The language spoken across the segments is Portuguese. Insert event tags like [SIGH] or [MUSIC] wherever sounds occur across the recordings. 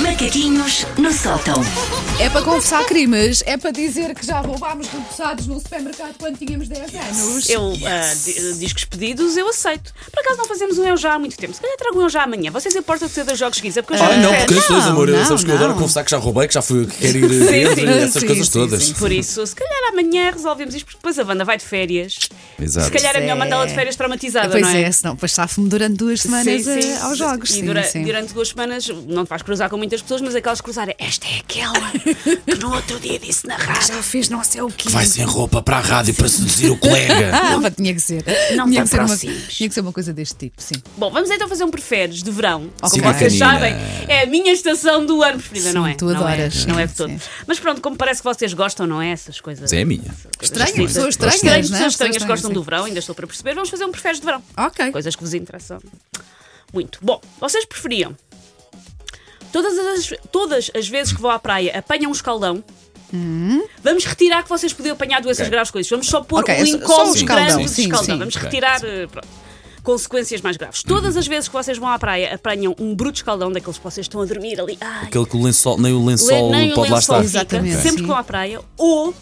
Macaquinhos no sótão. É para confessar crimes, é para dizer que já roubámos repousados no supermercado quando tínhamos 10 anos. Eu, ah, di- discos pedidos, eu aceito. Por acaso não fazemos um eu já há muito tempo. Se calhar trago um eu já amanhã. Vocês importam de ter dois jogos seguidos? É porque eu já Ah, me não, peço. porque coisas, amor. não, sabes que eu não. adoro confessar que já roubei, é que já fui [LAUGHS] que quero ir ver sim. e essas Sim, coisas sim, todas. sim. Por isso, se calhar amanhã resolvemos isto, porque depois a Wanda vai de férias. Exato. Se calhar é melhor é. mandá-la de férias traumatizada, pois não é? é, senão depois safo-me durante duas semanas Sim, sim. eh, aos jogos. E sim, dura- sim. durante duas semanas não te vais cruzar com muitas pessoas, mas aquelas que cruzarem. Esta é aquela que no outro dia disse na rádio. Já fiz não sei o quê. Que vai sem roupa para a rádio para seduzir o colega. [LAUGHS] Ah, pá, tinha que ser. Não tinha, te que ser uma, aproximes. tinha que ser uma coisa deste tipo, sim. Bom, vamos então fazer um preferes de verão. Ok. Como vocês Sim, sabem, é a minha estação do ano preferida, Sim, não é? tu Não é- adoras. Não é, Sim, de todo. sim. Mas pronto, como parece que vocês gostam, não é? Essas coisas. Mas é a minha. Estranho, Sim, pessoas sim. estranhas, né? Estranhas, pessoas Pessoas estranhas estranhas, gostam sim. do verão, ainda estou para perceber. Vamos fazer um preferes de verão. Ok. Coisas que vos interessam muito. Bom, vocês preferiam todas as, todas as vezes que vou à praia apanham um escaldão. Vamos retirar que vocês podiam apanhar doenças Ok. graves com isso. Vamos só pôr Hum? Ok, o é só- só incómodo um escaldão. grande de Sim, escaldão. sim. Vamos Ok. Uhum. retirar eh, pronto, consequências mais graves. Todas as vezes que vocês vão à praia apanham um bruto escaldão daqueles que vocês estão a dormir ali. Ai, Aquele que o lençol, nem o lençol nem o pode lá lençol estar. fica, Exatamente. Sempre Sim. que vão à praia, ou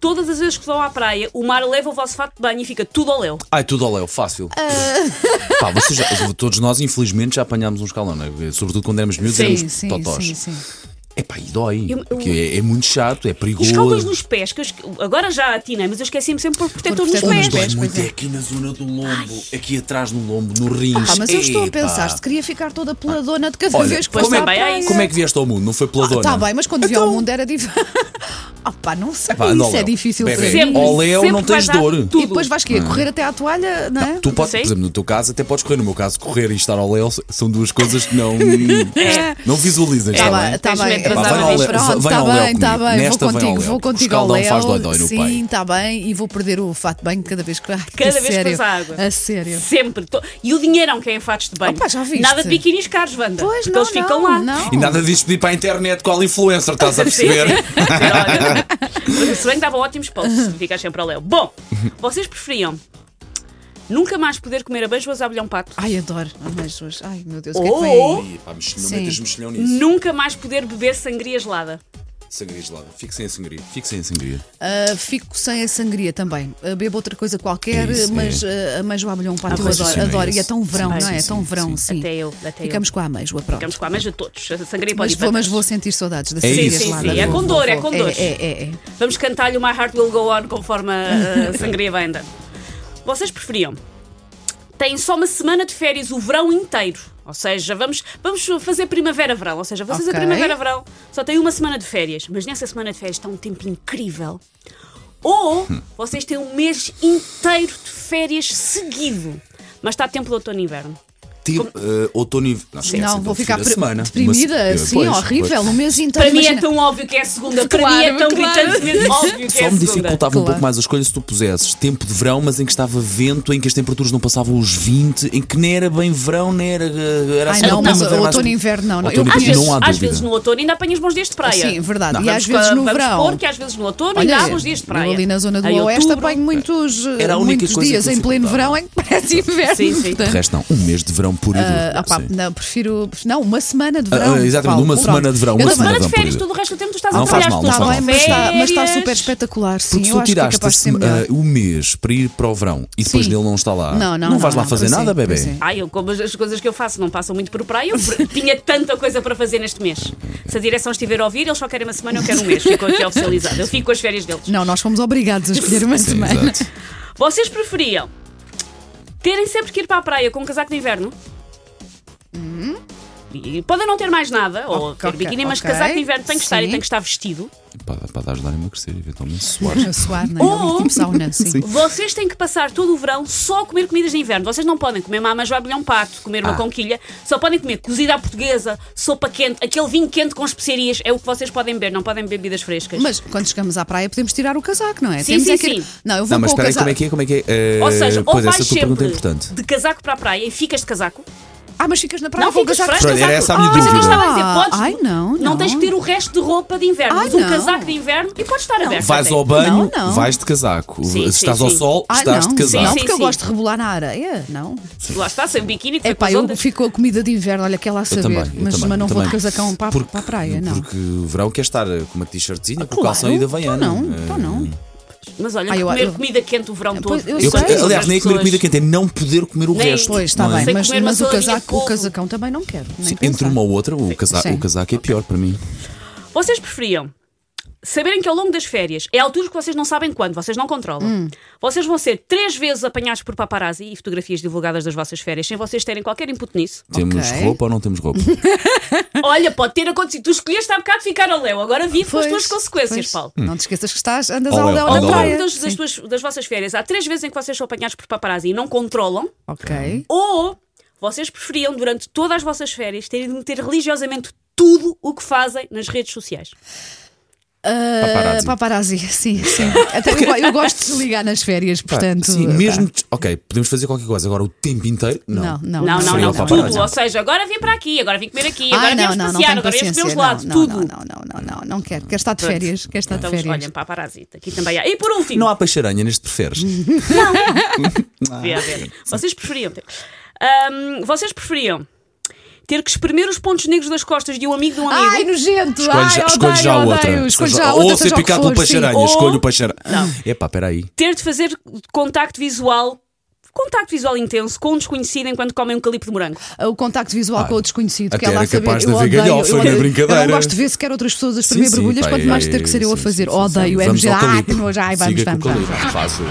todas as vezes que vão à praia, o mar leva o vosso fato de banho e fica tudo ao léu. Ai, tudo ao Léo, fácil. Ah. [LAUGHS] Pá, vocês já- todos nós, infelizmente, já apanhámos um escalão, né? sobretudo quando éramos miúdos, Sim, éramos sim, totós. sim, sim. É pá, e dói. Eu- eu- porque é, é muito chato, é E escaldas perigoso. nos pés, que eu esque- agora já atinei, mas eu esqueci-me sempre por protetor nos protetor Mas nos pés. dói pés, muito pois é. é aqui na zona do lombo, aqui atrás no lombo, no rins. Ah, mas eu estou a Epá. pensar, se queria ficar toda peladona de cada Olha, vez que pois fosse à também há praia. Ah, isso. como é que vieste ao mundo? Não foi pela dona? Está bem, mas quando vi ao mundo era [LAUGHS] difícil. Ah, pá, não sei. Pá, anda ao isso é Léo. difícil para Bebe. mim. Sempre, Ao Léo sempre não tens vai dar dor. tudo. E depois vais quê? Correr até à toalha, não é? Tu podes, Sim. por exemplo, no teu caso, até podes correr. No meu caso, correr e estar ao Léo são duas coisas que não, É. não visualizas. Está tá bem, bem? está tens bem. medo de atrasar Epá, uma vez. vai ao Léo, Vai Pronto, ao está Léo bem, está comigo. bem. Nesta vou vai ao contigo, Léo, vou porque o contigo ao escaldão Léo. um faz dói-dói no pai. Sim, está bem. E vou perder o fato de banho cada vez que. Ai, Cada a vez que sério, passa água. A sério. Sempre. to- E o dinheirão que é em fatos de banho. Opa, já viste? Nada de biquinis caros, Wanda. Pois porque não, eles não, ficam lá. não. E nada disso pedir para a internet qual influencer, estás a Sim, [LAUGHS] perceber? sim. [LAUGHS] Olha, Se bem que davam ótimos posts, ficas sempre ao Léo. Bom, vocês preferiam nunca mais poder comer abeijoas a abelhão pato? Ai, adoro. Amêijoas. Ai, meu Deus, o que é que vem aí? Ou Ih, pá, mex- não Sim. metas mexilhão nisso. nunca mais poder beber sangria gelada? Sangria gelada. Fique sem a sangria. Fique sem a sangria. Ah, fico sem a sangria também. Ah, bebo outra coisa qualquer, É isso, mas ah, a ameijoa abelhão pato eu adoro. raciocínio é adoro. E é esse. tão verão, Sim, não é? sim, É tão sim, verão, sim. Até eu, até eu. Ficamos com a ameijoa, pronto. Ficamos com a manja todos. A sangria pode mas, ir para vou- mas trás. vou sentir saudades da É sangria isso. gelada. Sim, sim, é Vou- com vou- dor, é vou. com dor. É, é, é. Vamos cantar-lhe o My Heart Will Go On conforme a [LAUGHS] a sangria vai andando. Vocês preferiam? Têm só uma semana de férias o verão inteiro. Ou seja, vamos, vamos fazer primavera-verão. Ou seja, vocês Ok. a primavera-verão só têm uma semana de férias. Mas nessa semana de férias está um tempo incrível. [LAUGHS] Ou vocês têm um mês inteiro de férias seguido. Mas está tempo de outono e inverno. Tipo, eh, outono e. Não, esquece, Não, então, vou ficar fim da pre- semana. deprimida, Uma se- assim, pois, horrível, pois. um mês inteiro. Para mim é imagina. tão óbvio que é a segunda. Para mim é Claro, tão claro. [LAUGHS] gritantemente óbvio que é a Só me segunda. dificultava um Claro. pouco mais as coisas se tu pusesses tempo de verão, mas em que estava vento, em que as temperaturas não passavam os 20, em que nem era bem verão, nem era. eh, era assim, Ai, só não, uma mas primavera mais- outono e inverno, não, não. Outono e Eu- Às Porque inverno, vezes, não há às dúvida. vezes no outono ainda apanhas bons dias de praia. Sim, verdade. Não, e vamos às vezes Ah, no vamos verão. pôr que às vezes no outono ainda há bons dias de praia. Eu ali na zona do Em Oeste outubro. apanho muitos eh, Era a única muitos coisa que dias me em pleno dificultava. verão em que parece inverno. Sim, sim. portanto. De resto, não. Um mês de verão puro e duro. é. Ah, opá, Sim. não, prefiro. Não, uma semana de Ah, verão. ah, exatamente, Paulo, uma pronto. semana de verão, Eu uma também- semana Semana de de verão, férias, por todo o resto do tempo tu estás a Não faz trabalhar mal, tu não Está faz bem, mal. mas está, mas está Férias. super espetacular. Sim, Porque se eu tu acho que é tiraste capaz de ser a sema- melhor. ah, o mês para ir para o verão e depois Sim. dele não está lá, Não, não, não, vais lá não, fazer pois nada, é, bebê. pois é. Ai, eu, como as- as coisas que eu faço não passam muito por praia, eu [LAUGHS] pre- tinha tanta coisa para fazer neste mês. Se a direção estiver a ouvir, eles só querem uma semana, eu quero um mês. [LAUGHS] Ficou aqui oficializado. Eu fico com as férias deles. Não, nós fomos obrigados a escolher uma Sim, semana. exato. Vocês preferiam terem sempre que ir para a praia com um casaco de inverno? E podem não ter mais nada, ou Hum? Ok, ter biquíni, ok, mas ok. casaco de inverno tem que estar e Sim. tem que estar vestido. Para, para ajudar a emagrecer, eventualmente suar. A suar, não é? Ou- Ali, Tipo sauna, sim. Sim. Vocês têm que passar todo o verão só a comer comidas de inverno. Vocês não podem comer mamas, babilhão, pato, comer uma Ah. conquilha. Só podem comer cozida à portuguesa, sopa quente, aquele vinho quente com especiarias. É o que vocês podem beber, não podem beber bebidas frescas. Mas quando chegamos à praia podemos tirar o casaco, não é? Sim, Temos sim, é que ir- sim. Não, eu vou Não, com mas o espera aí, casaco. como é que é? Como é que é? Eh, Ou seja, ou pois, vais essa tua pergunta sempre é importante. de casaco para a praia e ficas de casaco, Ah, mas ficas na praia Não, com o ficas casaco fresca, Pronto, era exato. essa a minha Mas é que eu dúvida. estava a dizer, Ah, podes- ai, não, não. tens que ter o resto de roupa de inverno, Ai, mas um não. casaco de inverno e podes estar aberto. Vais até. ao banho, Não, não. vais de casaco. Sim, Se estás sim, ao sim. sol, Ah, estás não, de casaco. não, Sim, porque eu sim. gosto de rebolar na areia, não. Lá está, sem biquíni, que É foi pá, para as eu ondas. fico com a comida de inverno, olha aquela a Eu saber. também, eu mas, mas também, não eu vou de também. casacão para, Porque- para a praia, não. Porque o verão quer estar eh, com uma t-shirtzinha, com Claro, o calção e da então Havaiana. não, Eh, então não. Mas olha, Ah, eu- comer eu- comida quente o verão Pois, todo. eu Eu, sei. As aliás, nem é comer pessoas- comida quente, é não poder comer o Nem- resto. Pois, Pois, está não é? bem, mas, Sei comer mas o, maçoaria casaco, o pouco. casaco também não quero. Nem Sim, entre pensar. uma ou outra, o casaco, Sim. o casaco é pior para mim. Vocês preferiam saberem que ao longo das férias é a altura que vocês não sabem quando, vocês não controlam. Hum. Vocês vão ser três vezes apanhados por paparazzi e fotografias divulgadas das vossas férias sem vocês terem qualquer input [LAUGHS] nisso. Temos Ok. roupa ou não temos roupa? Eh, Olha, pode ter acontecido. Tu escolheste há bocado ficar a Léo, agora vive com as Pois, tuas consequências, pois. Paulo. Não te esqueças que estás, andas Ao ao léu, léu ao na léu. Ao praia. longo das, das Sim. tuas- das vossas férias, há três vezes em que vocês são apanhados por paparazzi e não controlam, Ok. ou vocês preferiam, durante todas as vossas férias, terem de meter religiosamente tudo o que fazem nas redes sociais. Paparazzi. Ah, Paparazzi, [LAUGHS] sim, sim. Até eu, eu gosto de desligar nas férias, Pá, portanto. sim, pá. mesmo. Ok, podemos fazer qualquer coisa. Agora o tempo inteiro? Não, não, Não. Não, não, Sim, não, o paparazzi. tudo. Ou seja, agora vim para aqui, agora vim comer aqui, Ah, agora não, viemos não, não passear, tenho agora viemos paciência. comer uns Não, lados, não, tudo. não, não, não, não, não quero. Quero estar de Pronto. férias. Quero estar de Então, férias. olhem, paparazita, aqui também há. E por último, Não há peixe-aranha neste preferes. devia haver. vocês preferiam ter. Ahm, vocês preferiam ter que espremer os pontos negros das costas de um amigo de um amigo. Ai, nojento! Escolho Ai, já, odeio, escolho já odeio. outra. Escolho Escolho já já- outra, Ou ser seja o que picado for, pelo peixe-aranha. Ou- Escolho o peixe-aranha. Epá, peraí. ter de fazer contacto visual, contacto visual intenso com um desconhecido enquanto comem um calipo de morango. sim. O contacto visual com o desconhecido, que Ah, até é lá era saber. capaz de eu haver odeio, galhofa, eu não é odeio. Eu brincadeira. não gosto de ver sequer outras pessoas a espremer Sim, sim, borbulhas, pá, quanto mais é- ter que ser eu a sim, fazer. sim, sim, Odeio, sim. é Vamos ao nojento. Ai, que calipo. nojo. Ai, vamos, Siga com o vamos. vamos. calipo. Fácil.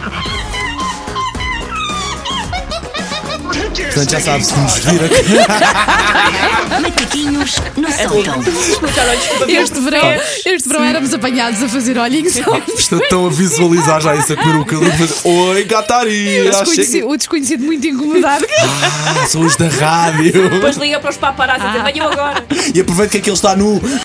Take your Portanto, já sabe, se stinking nos paws vir aqui. Macaquinhos no sótão. Explicar, olha, desculpa, Este viu? verão, este verão éramos apanhados a fazer [LAUGHS] olhinhos. Estão a visualizar já isso a comer o calipo. mas- Oi, O Gataria! já desconhecido, chega. o desconhecido muito incomodado. Ah, são os da rádio. Depois liga para os paparazzi, venham agora. E aproveito que aquele está nu.